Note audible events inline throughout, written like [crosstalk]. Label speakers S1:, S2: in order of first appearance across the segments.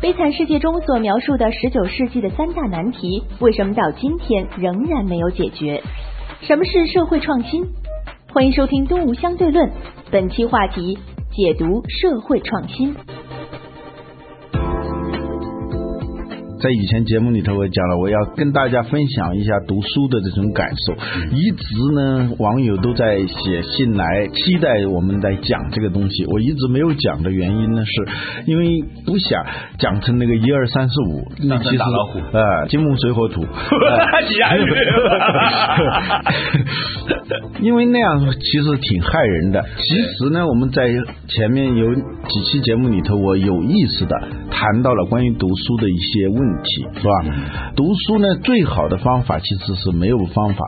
S1: 《悲惨世界》中所描述的19世纪的三大难题，为什么到今天仍然没有解决？什么是社会创新？欢迎收听《东吴相对论》，本期话题：解读社会创新。
S2: 在以前节目里头我讲了，我要跟大家分享一下读书的这种感受。
S3: 嗯
S2: 一直呢，网友都在写信来，期待我们来讲这个东西。我一直没有讲的原因呢，是因为不想讲成那个一二三四五，
S3: 上山
S2: 那其实
S3: 打老虎哎
S2: 呃，金木水火
S3: [laughs]
S2: 土。呃 [laughs] 因为那样其实挺害人的。其实呢，我们在前面有几期节目里头，我有意识的谈到了关于读书的一些问题，是吧？读书呢，最好的方法其实是没有方法，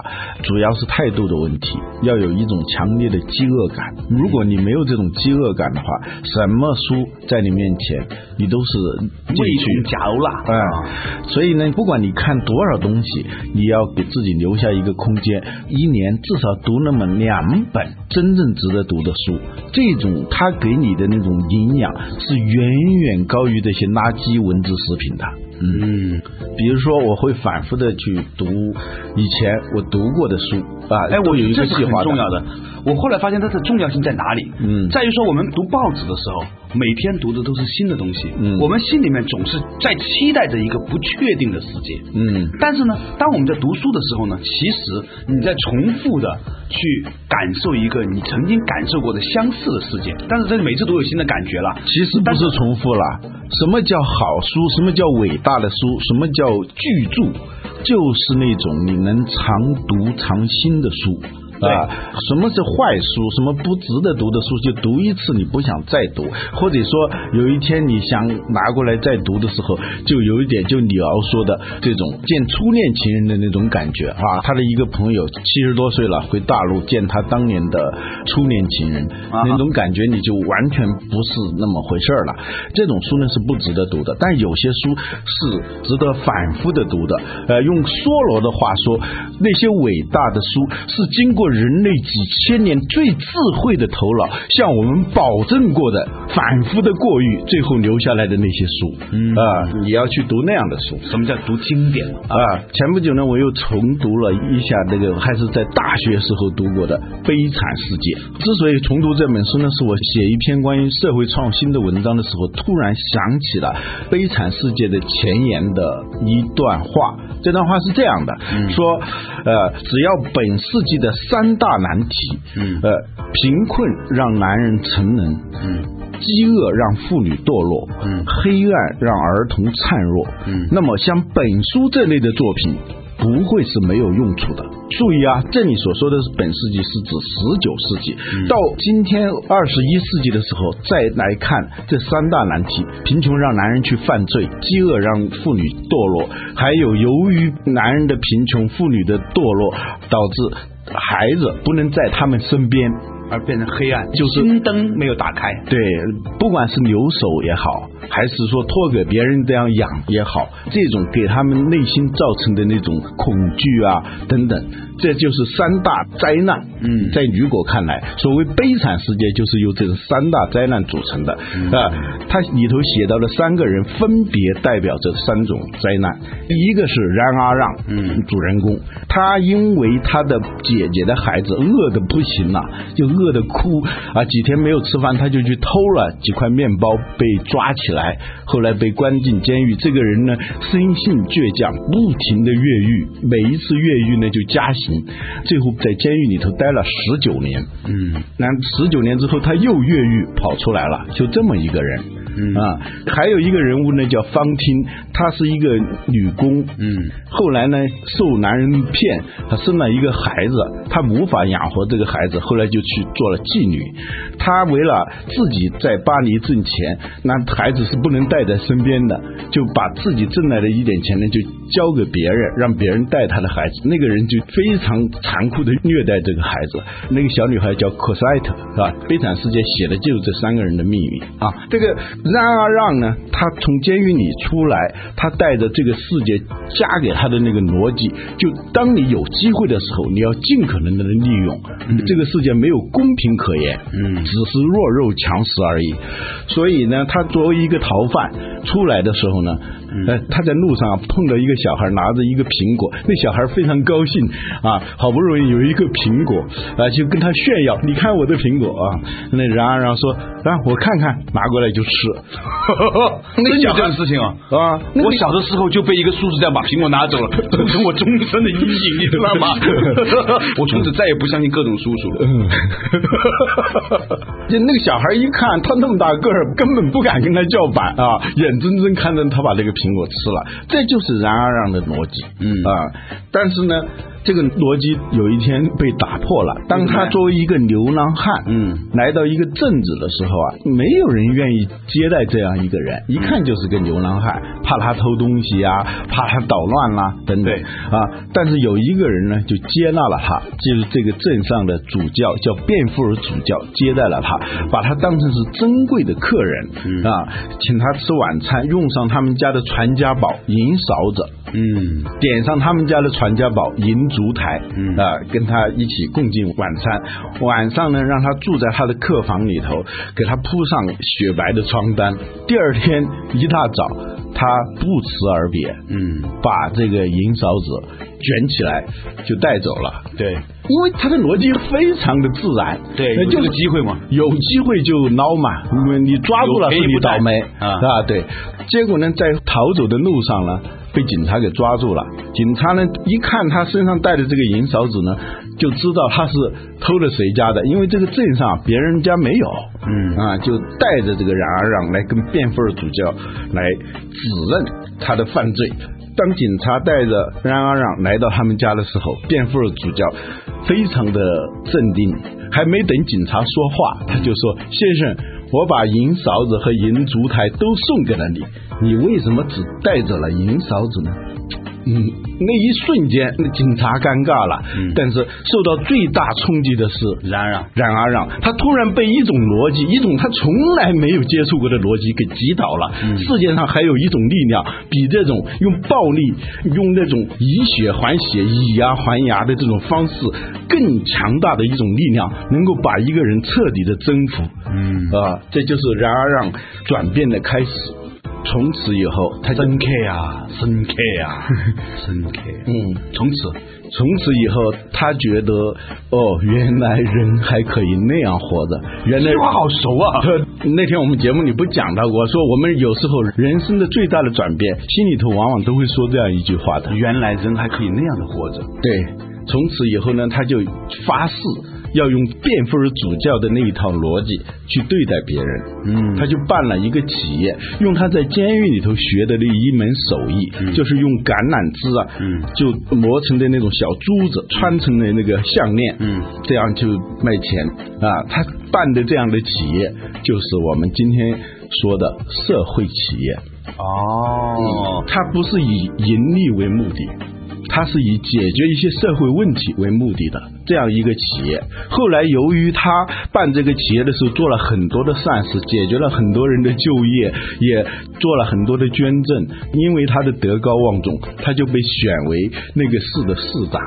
S2: 主要是态度的问题，要有一种强烈的饥饿感。如果你没有这种饥饿感的话，什么书在你面前，你都是进去
S3: 味同嚼蜡。
S2: 哎、所以呢，不管你看多少东西，你要给自己留下一个空间，一年至少读那么两本真正值得读的书。这种它给你的那种营养是远远高于这些垃圾文字食品的。
S3: 嗯，
S2: 比如说，我会反复的去读以前我读过的书啊，
S3: 哎，我
S2: 都有一
S3: 这
S2: 个
S3: 是
S2: 计
S3: 很
S2: 划
S3: 重要的。我后来发现它的重要性在哪里？
S2: 嗯
S3: 在于说我们读报纸的时候，每天读的都是新的东西，
S2: 嗯
S3: 我们心里面总是在期待着一个不确定的世界，
S2: 嗯
S3: 但是呢，当我们在读书的时候呢，其实你在重复的去感受一个你曾经感受过的相似的世界，但是这每次都有新的感觉了。
S2: 其实不是重复了。什么叫好书？什么叫伟大的书？什么叫巨著？就是那种你能常读常新的书。啊，什么是坏书？什么不值得读的书，就读一次你不想再读，或者说有一天你想拿过来再读的时候，就有一点就李敖说的这种见初恋情人的那种感觉啊。他的一个朋友七十多岁了，回大陆见他当年的初恋情人，
S3: 啊
S2: 那种感觉你就完全不是那么回事儿了。这种书呢是不值得读的，但有些书是值得反复的读的。呃，用梭罗的话说，那些伟大的书是经过人类几千年最智慧的头脑向我们保证过的，反复的过滤，最后留下来的那些书。
S3: 嗯
S2: 啊、你要去读那样的书。
S3: 什么叫读经典？
S2: 啊，前不久呢，我又重读了一下那个还是在大学时候读过的《悲惨世界》。之所以重读这本书呢，是我写一篇关于社会创新的文章的时候，突然想起了《悲惨世界》的前言的一段话。这段话是这样的，
S3: 嗯
S2: 说，呃，只要本世纪的三大难题，
S3: 嗯
S2: 呃，贫困让男人成人，
S3: 嗯，
S2: 饥饿让妇女堕落，
S3: 嗯
S2: 黑暗让儿童孱弱，
S3: 嗯
S2: 那么像本书这类的作品。不会是没有用处的。注意啊，这里所说的是本世纪是指十九世纪，
S3: 嗯
S2: 到今天二十一世纪的时候，再来看这三大难题：贫穷让男人去犯罪，饥饿让妇女堕落，还有由于男人的贫穷，妇女的堕落，导致孩子不能在他们身边。
S3: 而变成黑暗，
S2: 就是
S3: 心灯没有打开。
S2: 对，不管是留守也好，还是说托给别人这样养也好，这种给他们内心造成的那种恐惧啊等等，这就是三大灾难。
S3: 嗯
S2: 在雨果看来，所谓悲惨世界就是由这三大灾难组成的。啊、它里头写到了三个人，分别代表这三种灾难。第一个是冉阿让，
S3: 嗯，
S2: 主人公，他因为他的姐姐的孩子饿的不行了、就饿的哭啊，几天没有吃饭，他就去偷了几块面包，被抓起来，后来被关进监狱。这个人呢，生性倔强，不停的越狱，每一次越狱呢就加刑，最后在监狱里头待了十九年。
S3: 嗯
S2: 那十九年之后，他又越狱跑出来了，就这么一个人。
S3: 嗯
S2: 啊，还有一个人物呢，叫方汀，她是一个女工，
S3: 嗯
S2: 后来呢，受男人骗，她生了一个孩子，她无法养活这个孩子，后来就去做了妓女。她为了自己在巴黎挣钱，那孩子是不能带在身边的，就把自己挣来的一点钱呢，就交给别人，让别人带她的孩子。那个人就非常残酷的虐待这个孩子。那个小女孩叫科赛特，是吧？《悲惨世界》写的就是这三个人的命运啊。这个冉阿让呢，他从监狱里出来，他带着这个世界加给他的那个逻辑，就当你有机会的时候，你要尽可能的利用。这个世界没有公平可言，
S3: 嗯
S2: 只是弱肉强食而已。所以呢，他作为一个逃犯出来的时候呢，呃，他在路上碰到一个小孩拿着一个苹果，那小孩非常高兴啊，好不容易有一个苹果啊，就跟他炫耀，你看我的苹果啊。那然而然后说，啊，我看看，拿过来就吃。 [laughs]
S3: 真
S2: 那
S3: 有
S2: 小
S3: 这
S2: 孩
S3: 样的事情啊！
S2: 啊，那
S3: 我
S2: 你
S3: 小的时候就被一个叔叔这样把苹果拿
S2: [laughs]
S3: 走了，造成我终身的阴影，你知道吗？我从此再也不相信各种叔叔了。
S2: [laughs] 就那个小孩一看他那么大个儿，根本不敢跟他叫板啊，眼睁睁看着他把这个苹果吃了，这就是冉阿让的逻辑，
S3: 嗯
S2: 啊，但是呢，这个逻辑有一天被打破了。当他作为一个流浪汉，
S3: 嗯，
S2: 来到一个镇子的时候啊，没有人愿意接待这样一个人，一看就是个流浪汉，怕他偷东西啊，怕他捣乱啦、等等
S3: 对
S2: 啊。但是有一个人呢，就接纳了他，就是这个镇上的主教，叫便富尔主教，接待了他，把他当成是珍贵的客人、
S3: 嗯
S2: 啊，请他吃晚餐，用上他们家的传家宝银勺子。
S3: 嗯
S2: 点上他们家的传家宝银烛台，
S3: 嗯
S2: 啊、跟他一起共进晚餐。晚上呢，让他住在他的客房里头，给他铺上雪白的床单。第二天一大早，他不辞而别，
S3: 嗯，
S2: 把这个银勺子卷起来就带走了。
S3: 对
S2: 因为他的逻辑非常的自然，
S3: 对，
S2: 那
S3: 有
S2: 就
S3: 这个
S2: 是
S3: 机会嘛。
S2: 有机会就捞嘛，嗯你抓住了是你倒霉
S3: 有赔不带啊
S2: 对。结果呢，在逃走的路上呢，被警察给抓住了。警察呢，一看他身上带的这个银勺子呢，就知道他是偷了谁家的，因为这个镇上啊别人家没有。
S3: 嗯
S2: 啊，就带着这个冉阿让来跟辩护主教来指认他的犯罪。当警察带着冉阿让来到他们家的时候，辩护主教非常的镇定，还没等警察说话，他就说：“先生，我把银勺子和银烛台都送给了你，你为什么只带走了银勺子呢？”嗯，那一瞬间，那警察尴尬了。
S3: 嗯
S2: 但是受到最大冲击的是
S3: 然而啊，
S2: 冉阿让，他突然被一种逻辑，一种他从来没有接触过的逻辑给击倒了。
S3: 嗯
S2: 世界上还有一种力量，比这种用暴力、用那种以血还血、以牙还牙的这种方式更强大的一种力量，能够把一个人彻底的征服。
S3: 嗯
S2: 啊，这就是冉阿让转变的开始。从此以后，他就
S3: 深刻啊，深刻啊，
S2: [laughs]
S3: 深刻。
S2: 嗯。
S3: 从此，
S2: 从此以后，他觉得哦，原来人还可以那样活着。原来
S3: 这句话好熟啊！
S2: [laughs] 那天我们节目里不讲到过，说我们有时候人生的最大的转变，心里头往往都会说这样一句话的。
S3: 原来人还可以那样的活着。
S2: 对，从此以后呢，他就发誓要用辩护人主教的那一套逻辑去对待别人。
S3: 嗯
S2: 他就办了一个企业，用他在监狱里头学的那一门手艺，
S3: 嗯
S2: 就是用橄榄枝啊，
S3: 嗯
S2: 就磨成的那种小珠子，穿成的那个项链，
S3: 嗯，
S2: 这样就卖钱啊。他办的这样的企业，就是我们今天说的社会企业。嗯
S3: 哦，
S2: 它不是以盈利为目的，它它是以解决一些社会问题为目的的这样一个企业。后来由于他办这个企业的时候做了很多的善事，解决了很多人的就业，也做了很多的捐赠。因为他的德高望重，他就被选为那个市的市长。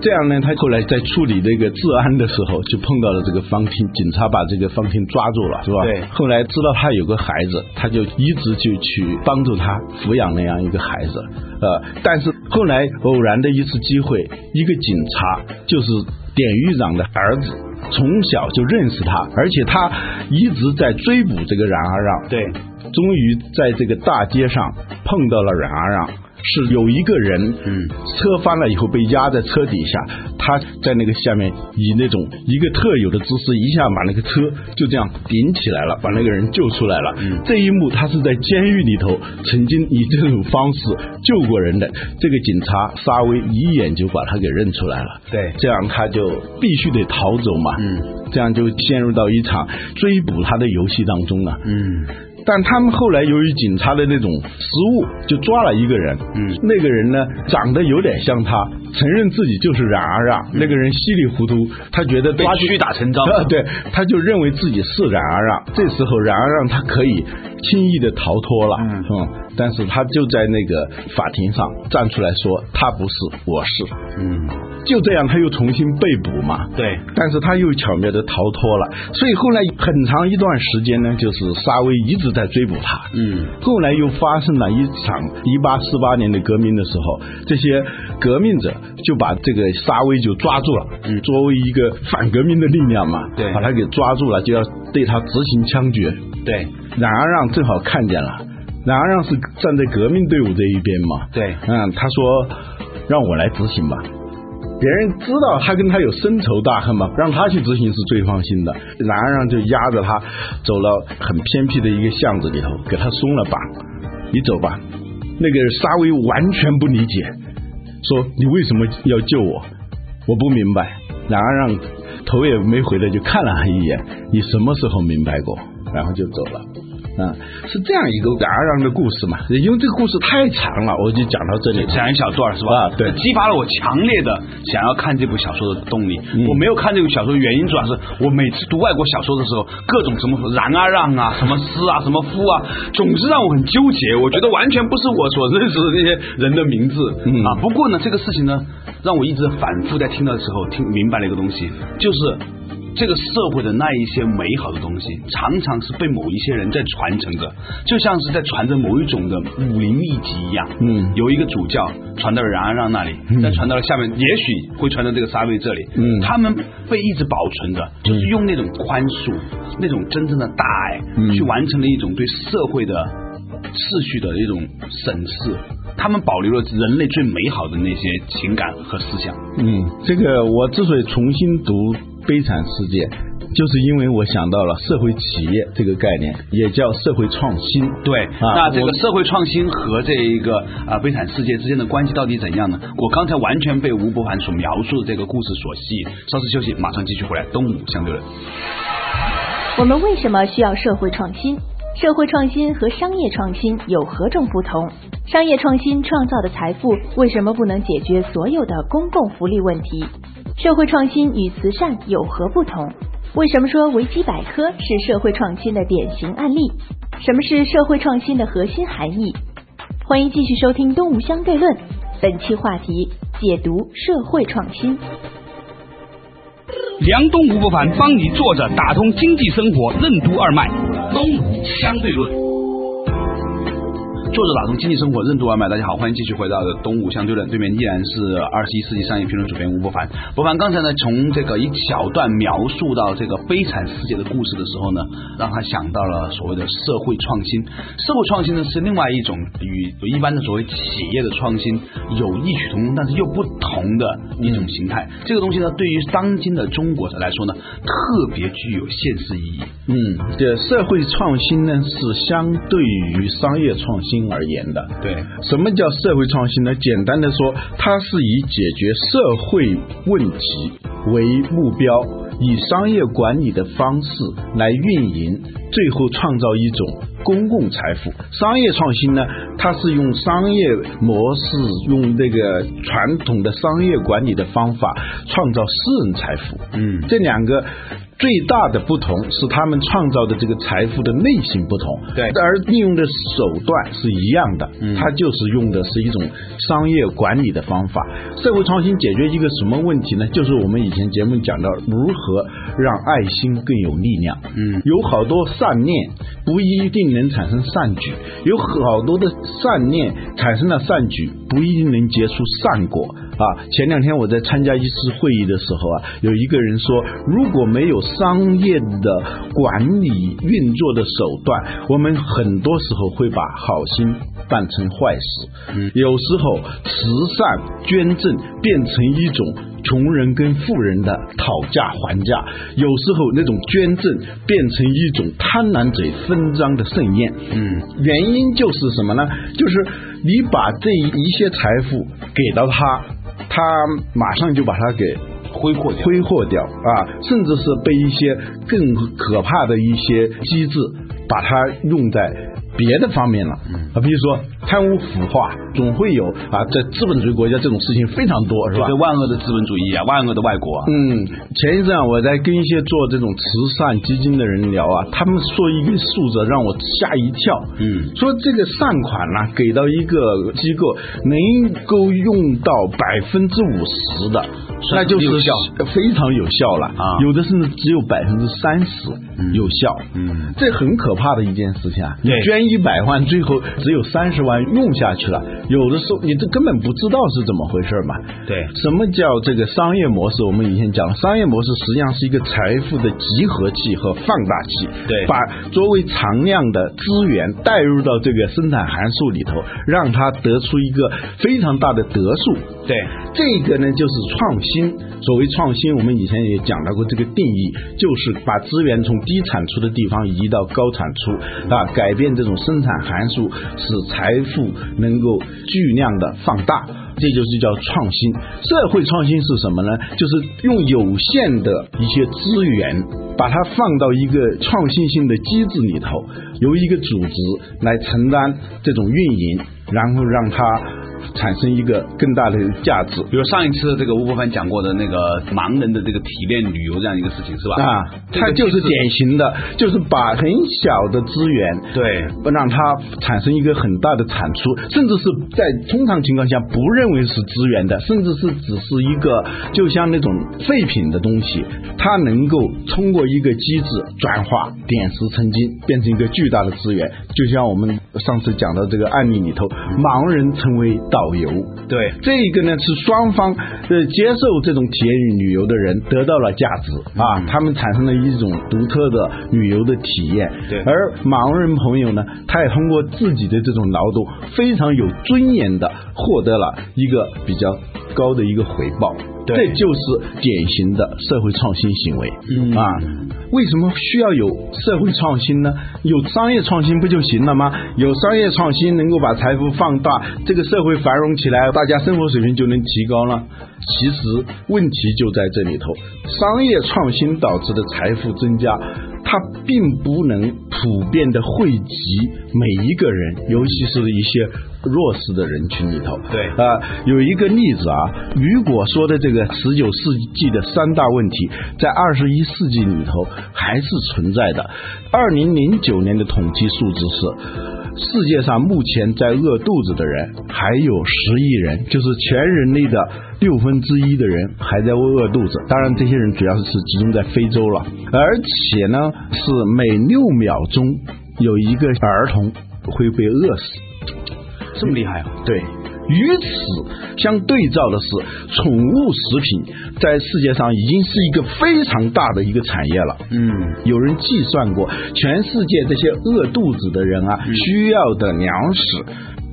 S2: 这样呢，他后来在处理这个治安的时候，就碰到了这个方婷，警察把这个方婷抓住了，是吧？
S3: 对
S2: 后来知道他有个孩子，他就一直就去帮助他抚养那样一个孩子，呃，但是后来偶然的一次机会，一个警察就是典狱长的儿子。从小就认识他，而且他一直在追捕这个冉阿让。
S3: 对，
S2: 终于在这个大街上碰到了冉阿让，是有一个人，
S3: 嗯，
S2: 车翻了以后被压在车底下，他在那个下面以那种一个特有的姿势，一下把那个车就这样顶起来了，把那个人救出来了。
S3: 嗯
S2: 这一幕他是在监狱里头曾经以这种方式救过人的，这个警察沙威一眼就把他给认出来了。
S3: 对
S2: 这样他就必须得逃走嘛。
S3: 嗯，
S2: 这样就陷入到一场追捕他的游戏当中啊了。
S3: 嗯，
S2: 但他们后来由于警察的那种失误，就抓了一个人。
S3: 嗯
S2: 那个人呢长得有点像他，承认自己就是冉阿让。
S3: 嗯
S2: 那个人稀里糊涂，他觉得被
S3: 抓虚打成招
S2: 啊 [laughs] 对，他就认为自己是冉阿让。这时候冉阿让他可以轻易的逃脱了。
S3: 嗯
S2: 但是他就在那个法庭上站出来说，他不是，我是。
S3: 嗯，
S2: 就这样，他又重新被捕嘛。
S3: 对，
S2: 但是他又巧妙的逃脱了，所以后来很长一段时间呢，就是沙威一直在追捕他。
S3: 嗯，
S2: 后来又发生了一场一八四八年的革命的时候，这些革命者就把这个沙威就抓住了，
S3: 嗯
S2: 作为一个反革命的力量嘛，
S3: 对
S2: 把他给抓住了，就要对他执行枪决。
S3: 对，
S2: 冉阿让正好看见了，冉阿让是站在革命队伍这一边嘛，
S3: 对
S2: 嗯，他说让我来执行吧。别人知道他跟他有深仇大恨嘛，让他去执行是最放心的。冉阿让就压着他走了很偏僻的一个巷子里头，给他松了绑，你走吧。那个沙威完全不理解，说你为什么要救我？我不明白。冉阿让头也没回的就看了他一眼，你什么时候明白过？然后就走了。
S3: 啊
S2: 嗯，是这样一个冉阿让的故事嘛？因为这个故事太长了，我就讲到这里。
S3: 讲一小段是吧？
S2: 啊对
S3: 激发了我强烈的想要看这部小说的动力。
S2: 嗯
S3: 我没有看这部小说，原因主要是我每次读外国小说的时候，各种什么然啊、让啊、什么诗啊、什么夫啊，总是让我很纠结。我觉得完全不是我所认识的那些人的名字、
S2: 嗯
S3: 啊。不过呢，这个事情呢，让我一直反复在听到的时候听明白了一个东西，就是。这个社会的那一些美好的东西，常常是被某一些人在传承着，就像是在传着某一种的武林秘籍一样。
S2: 嗯
S3: 由一个主教传到了冉阿让那里，
S2: 嗯
S3: 再传到了下面，也许会传到这个沙威这里。
S2: 嗯
S3: 他们被一直保存着，就是用那种宽恕、那种真正的大爱，
S2: 嗯
S3: 去完成了一种对社会的秩序的一种审视。他们保留了人类最美好的那些情感和思想。
S2: 嗯，这个我之所以重新读《悲惨世界》，就是因为我想到了社会企业这个概念，也叫社会创新。
S3: 对，
S2: 啊
S3: 那这
S2: 我
S3: 个社会创新和这一个啊、悲惨世界之间的关系到底怎样呢？我刚才完全被吴伯凡所描述的这个故事所吸引。稍事休息，马上继续回来。东吴相对论。
S1: 我们为什么需要社会创新？社会创新和商业创新有何种不同？商业创新创造的财富为什么不能解决所有的公共福利问题？社会创新与慈善有何不同？为什么说维基百科是社会创新的典型案例？什么是社会创新的核心含义？欢迎继续收听《东吴相对论》，本期话题解读社会创新。
S4: 梁东吴伯凡帮你坐着打通经济生活任督二脉，东吴相对论。
S3: 作者打通经济生活任督二脉，大家好，欢迎继续回到东吴相对论，对面依然是二十一世纪商业评论主编吴伯凡。伯凡刚才呢，从这个一小段描述到这个悲惨世界的故事的时候呢，让他想到了所谓的社会创新。社会创新呢是另外一种与一般的所谓企业的创新有异曲同工，但是又不同的一种形态。这个东西呢，对于当今的中国来说呢，特别具有现实意义。
S2: 嗯，这社会创新呢是相对于商业创新而言的。
S3: 对，
S2: 什么叫社会创新呢？简单的说，它是以解决社会问题为目标，以商业管理的方式来运营，最后创造一种公共财富。商业创新呢，它是用商业模式，用这个传统的商业管理的方法创造私人财富。
S3: 嗯
S2: 这两个最大的不同是他们创造的这个财富的类型不同，
S3: 对
S2: 而利用的手段是一样的，
S3: 嗯
S2: 它就是用的是一种商业管理的方法。社会创新解决一个什么问题呢？就是我们以前节目讲到如何让爱心更有力量，
S3: 嗯
S2: 有好多善念不一定能产生善举，有好多的善念产生了善举，不一定能结出善果啊。前两天我在参加一次会议的时候啊，有一个人说，如果没有商业的管理运作的手段，我们很多时候会把好心办成坏事。
S3: 嗯
S2: 有时候慈善捐赠变成一种穷人跟富人的讨价还价，有时候那种捐赠变成一种贪婪者分赃的盛宴。
S3: 嗯，
S2: 原因就是什么呢？就是你把这一些财富给到他，他马上就把它给
S3: 挥霍掉。
S2: 挥霍掉啊，甚至是被一些更可怕的一些机制把它用在别的方面了啊，比如说贪污腐化，总会有啊，在资本主义国家这种事情非常多，是吧
S3: 这？万恶的资本主义啊，万恶的外国啊，
S2: 嗯，前一阵啊，我在跟一些做这种慈善基金的人聊啊，他们说一个数字让我吓一跳。
S3: 嗯，
S2: 说这个善款呢、给到一个机构能够用到百分之五十的，那就是
S3: 有效
S2: 非常有效了
S3: 啊
S2: 有的甚至只有百分之三十
S3: 嗯
S2: 有效。
S3: 嗯，
S2: 这很可怕的一件事情啊！你
S3: 对
S2: 捐一百万，最后只有三十万用下去了，有的时候你这根本不知道是怎么回事嘛。
S3: 对
S2: 什么叫这个商业模式？我们以前讲，商业模式实际上是一个财富的集合器和放大器，
S3: 对
S2: 把作为常量的资源带入到这个生产函数里头，让它得出一个非常大的得数。
S3: 对，
S2: 这个呢，就是创新。所谓创新，我们以前也讲到过这个定义，就是把资源从低产出的地方移到高产出啊，改变这种生产函数，使财富能够巨量的放大。这就是叫创新。社会创新是什么呢？就是用有限的一些资源，把它放到一个创新性的机制里头，由一个组织来承担这种运营，然后让它产生一个更大的价值。
S3: 比如上一次这个吴伯凡讲过的那个盲人的这个体验旅游这样一个事情是吧？
S2: 啊，
S3: 这个
S2: 它就是
S3: 机制
S2: 典型的，就是把很小的资源，
S3: 对，
S2: 让它产生一个很大的产出，甚至是在通常情况下不认为是资源的，甚至是只是一个就像那种废品的东西，它能够通过一个机制转化，点石成金，变成一个巨大的资源。就像我们上次讲到这个案例里头，盲人成为导游，
S3: 对，
S2: 这一个呢是双方呃接受这种体验旅游的人得到了价值啊，他们产生了一种独特的旅游的体验。
S3: 对
S2: 而盲人朋友呢，他也通过自己的这种劳动，非常有尊严的获得了一个比较高的一个回报。
S3: 对
S2: 这就是典型的社会创新行为、
S3: 嗯
S2: 啊！为什么需要有社会创新呢？有商业创新不就行了吗？有商业创新能够把财富放大，这个社会繁荣起来，大家生活水平就能提高了。其实问题就在这里头，商业创新导致的财富增加，它并不能普遍的惠及每一个人，尤其是一些弱势的人群里头。
S3: 对
S2: 啊、有一个例子啊，雨果说的这个十九世纪的三大问题，在二十一世纪里头还是存在的。二零零九年的统计数字是，世界上目前在饿肚子的人还有十亿人，就是全人类的六分之一的人还在饿肚子。当然，这些人主要是集中在非洲了，而且呢，是每六秒钟有一个儿童会被饿死。
S3: 这么厉害啊！
S2: 对。与此相对照的是，宠物食品在世界上已经是一个非常大的一个产业了。
S3: 嗯，
S2: 有人
S3: 嗯
S2: 计算过，全世界这些饿肚子的人啊，需要的粮食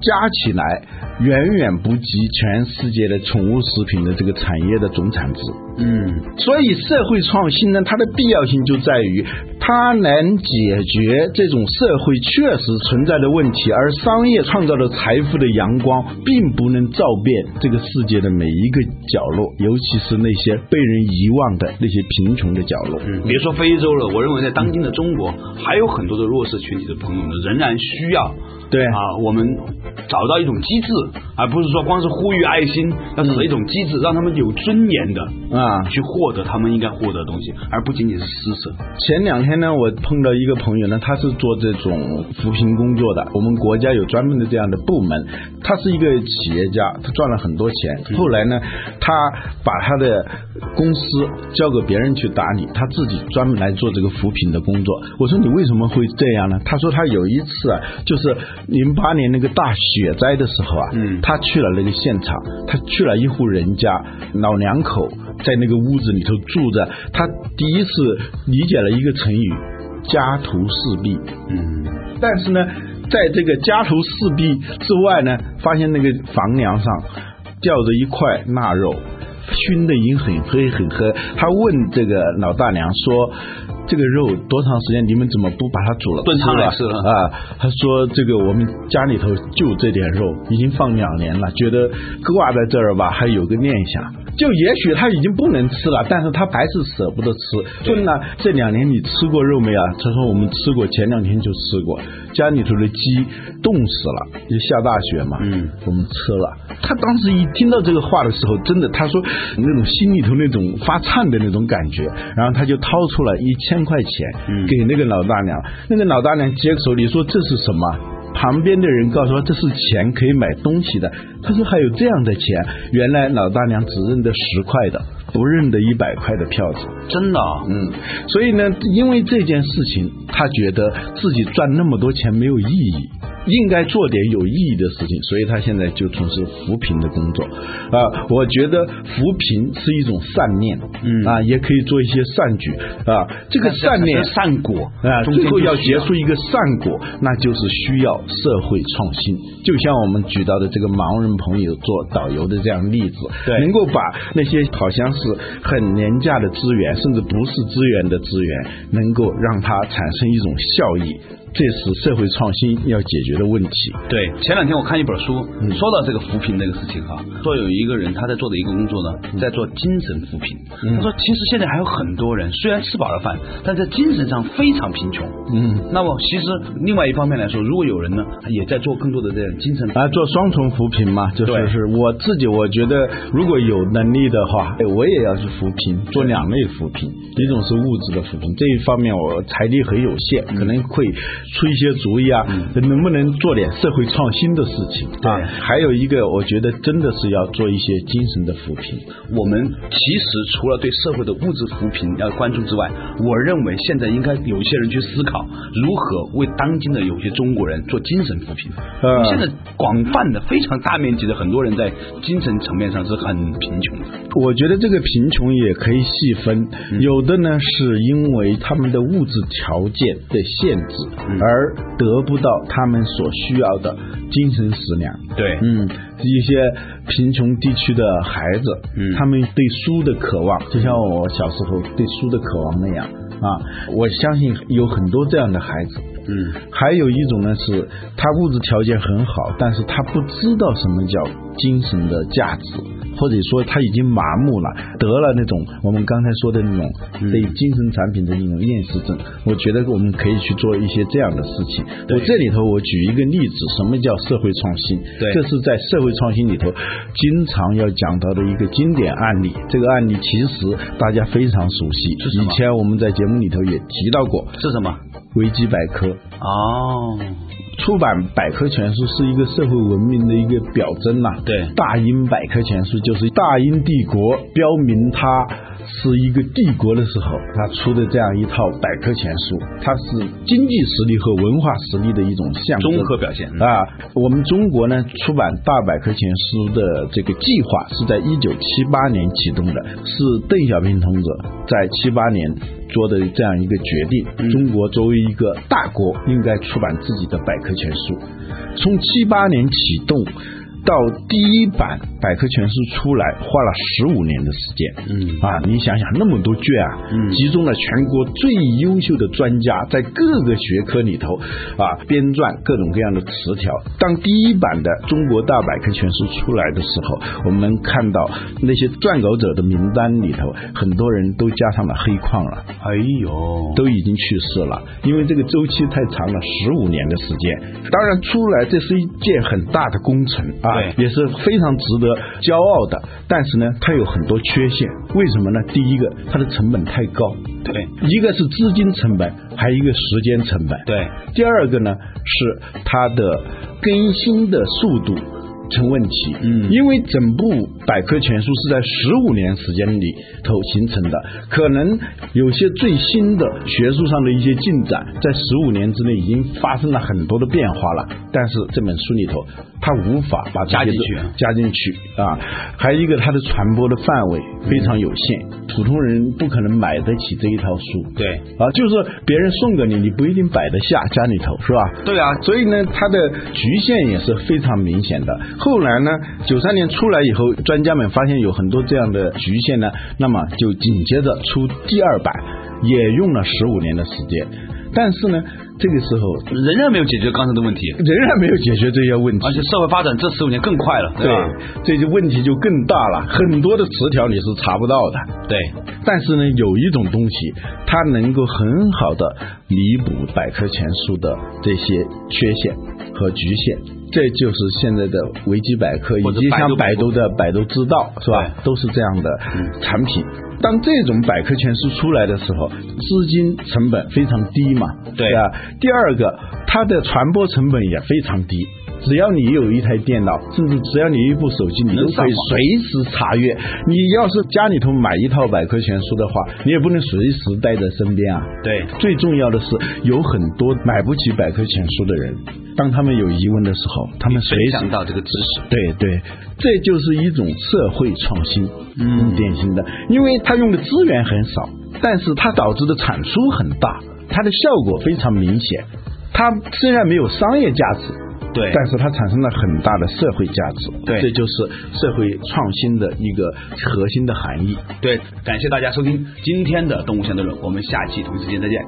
S2: 加起来远远不及全世界的宠物食品的这个产业的总产值。
S3: 嗯，
S2: 所以社会创新呢，它的必要性就在于它能解决这种社会确实存在的问题，而商业创造的财富的阳光并不能照遍这个世界的每一个角落，尤其是那些被人遗忘的那些贫穷的角落。
S3: 嗯，别说非洲了，我认为在当今的中国，还有很多的弱势群体的朋友呢，仍然需要
S2: 对
S3: 啊，我们找到一种机制，而不是说光是呼吁爱心，要找到一种机制，让他们有尊严的
S2: 嗯啊，
S3: 去获得他们应该获得的东西，而不仅仅是施舍。
S2: 前两天呢，我碰到一个朋友呢，他是做这种扶贫工作的。我们国家有专门的这样的部门。他是一个企业家，他赚了很多钱。后来呢，他把他的公司交给别人去打理，他自己专门来做这个扶贫的工作。我说你为什么会这样呢？他说他有一次啊，就是零八年那个大雪灾的时候啊，
S3: 嗯
S2: 他去了那个现场，他去了一户人家，老两口在那个屋子里头住着，他第一次理解了一个成语“家徒四壁”。
S3: 嗯，
S2: 但是呢，在这个家徒四壁之外呢，发现那个房梁上吊着一块腊肉，熏得已经很黑很黑。他问这个老大娘说：“这个肉多长时间？你们怎么不把它煮了
S3: 炖汤来吃了
S2: 啊？”他说：“这个我们家里头就这点肉，已经放两年了，觉得挂在这儿吧，还有个念想。”就也许他已经不能吃了，但是他还是舍不得吃。问了这两年你吃过肉没啊？他说我们吃过，前两天就吃过。家里头的鸡冻死了，也下大雪嘛，
S3: 嗯，
S2: 我们吃了。他当时一听到这个话的时候，真的，他说嗯那种心里头那种发颤的那种感觉，然后他就掏出了一千块钱、
S3: 嗯
S2: 给那个老大娘，那个老大娘接手里说这是什么？旁边的人告诉他这是钱可以买东西的，他说还有这样的钱，原来老大娘只认得十块的，不认得一百块的票子。
S3: 真的啊、
S2: 嗯，所以呢，因为这件事情，他觉得自己赚那么多钱没有意义，应该做点有意义的事情，所以他现在就从事扶贫的工作。啊、我觉得扶贫是一种善念，
S3: 嗯
S2: 啊，也可以做一些善举啊、这个
S3: 但是要
S2: 善
S3: 产
S2: 念
S3: 生善果
S2: 啊，
S3: 中间
S2: 最后要结
S3: 就需要
S2: 出一个善果，那就是需要社会创新。就像我们举到的这个盲人朋友做导游的这样例子，
S3: 对
S2: 能够把那些好像是很廉价的资源，甚至不是资源的资源，能够让它产生一种效益，这是社会创新要解决的问题。
S3: 对，前两天我看一本书，说到这个扶贫这个事情哈、啊说有一个人他在做的一个工作呢，在做精神扶贫。他说，其实现在还有很多人虽然吃饱了饭，但在精神上非常贫穷。
S2: 嗯，
S3: 那么其实另外一方面来说，如果有人呢也在做更多的这种精神
S2: 啊，做双重扶贫嘛，就
S3: 对
S2: 是是我自己，我觉得如果有能力的话，哎我也要去扶贫，做两类扶贫，一种是物质的扶贫，这一方面我财力很有限，
S3: 嗯
S2: 可能会出一些主意啊，能不能做点社会创新的事情啊
S3: 对？
S2: 还有一个，我觉得真的是要做一些精神的扶贫，
S3: 我们其实除了对社会的物质扶贫要关注之外，我认为现在应该有一些人去思考如何为当今的有些中国人做精神扶贫。
S2: 呃
S3: 现在广泛的、非常大面积的，很多人在精神层面上是很贫穷的。
S2: 我觉得这个贫穷也可以细分，有的呢是因为他们的物质条件的限制，而得不到他们所需要的精神食粮。
S3: 对
S2: 嗯，一些贫穷地区的孩子，
S3: 嗯
S2: 他们对书的渴望，就像我小时候对书的渴望那样啊，我相信有很多这样的孩子。
S3: 嗯，
S2: 还有一种呢是，他物质条件很好，但是他不知道什么叫精神的价值，或者说他已经麻木了，得了那种我们刚才说的那种对精神产品的那种厌食症。我觉得我们可以去做一些这样的事情。我这里头我举一个例子，什么叫社会创新？
S3: 对
S2: 这是在社会创新里头经常要讲到的一个经典案例。这个案例其实大家非常熟悉，
S3: 是什
S2: 以
S3: 么
S2: 前我们在节目里头也提到过
S3: 是什么？
S2: 维基百科。
S3: 哦，
S2: 出版百科全书是一个社会文明的一个表征呐、
S3: 对
S2: 大英百科全书就是大英帝国标明它是一个帝国的时候，它出的这样一套百科全书，它是经济实力和文化实力的一种象征。
S3: 综合表现。
S2: 啊，我们中国呢出版大百科全书的这个计划是在一九七八年启动的，是邓小平同志在七八年做的这样一个决定。
S3: 嗯
S2: 中国作为一个大国，应该出版自己的百科全书。从七八年启动到第一版百科全书出来，花了十五年的时间。
S3: 嗯
S2: 啊，你想想那么多卷啊，
S3: 嗯
S2: 集中了全国最优秀的专家在各个学科里头啊编撰各种各样的词条。当第一版的《中国大百科全书》出来的时候，我们看到那些撰稿者的名单里头，很多人都加上了黑框了。啊
S3: 哎呦，
S2: 都已经去世了，因为这个周期太长了，十五年的时间。当然，出来这是一件很大的工程啊，
S3: 对
S2: 也是非常值得骄傲的。但是呢，它有很多缺陷，为什么呢？第一个，它的成本太高，
S3: 对
S2: 一个是资金成本，还有一个时间成本。
S3: 对，
S2: 第二个呢是它的更新的速度。成问题，
S3: 嗯
S2: 因为整部百科全书是在十五年时间里头形成的，可能有些最新的学术上的一些进展，在十五年之内已经发生了很多的变化了，但是这本书里头，它无法把这些
S3: 加进
S2: 都
S3: 去
S2: 加进去啊，还有一个它的传播的范围非常有限，普通人不可能买得起这一套书，
S3: 对
S2: 啊，就是别人送给你，你不一定摆得下家里头，是吧？
S3: 对啊，
S2: 所以呢，它的局限也是非常明显的。后来呢，九三年出来以后，专家们发现有很多这样的局限呢，那么就紧接着出第二版，也用了十五年的时间。但是呢，这个时候
S3: 仍然没有解决刚才的问题，
S2: 仍然没有解决这些问题
S3: 而。且社会发展这十五年更快了，
S2: 对
S3: 吧？，
S2: 这就问题就更大了，很多的词条你是查不到的。
S3: 对，
S2: 但是呢，有一种东西，它能够很好的弥补百科全书的这些缺陷和局限。这就是现在的维基百科，以
S3: 或者
S2: 及
S3: 百度
S2: 像百
S3: 百科嗯
S2: 度的百度知道，是吧？都是这样的产品。当这种百科全书出来的时候，资金成本非常低嘛，
S3: 对
S2: 啊。第二个，它的传播成本也非常低。只要你有一台电脑，甚至只要你有一部手机，你都
S3: 能上
S2: 可以
S3: 网
S2: 随时查阅。你要是家里头买一套百科全书的话，你也不能随时带在身边啊。
S3: 对，
S2: 最重要的是，有很多买不起百科全书的人，当他们有疑问的时候，他们随
S3: 谁
S2: 时
S3: 想到这个知识？
S2: 对对，这就是一种社会创新，嗯，典型的，因为它用的资源很少，但是它导致的产出很大，它的效果非常明显。它虽然没有商业价值，
S3: 对
S2: 但是它产生了很大的社会价值，
S3: 对
S2: 这就是社会创新的一个核心的含义。
S3: 对，感谢大家收听今天的《动物相对论》，我们下期同一时间再见。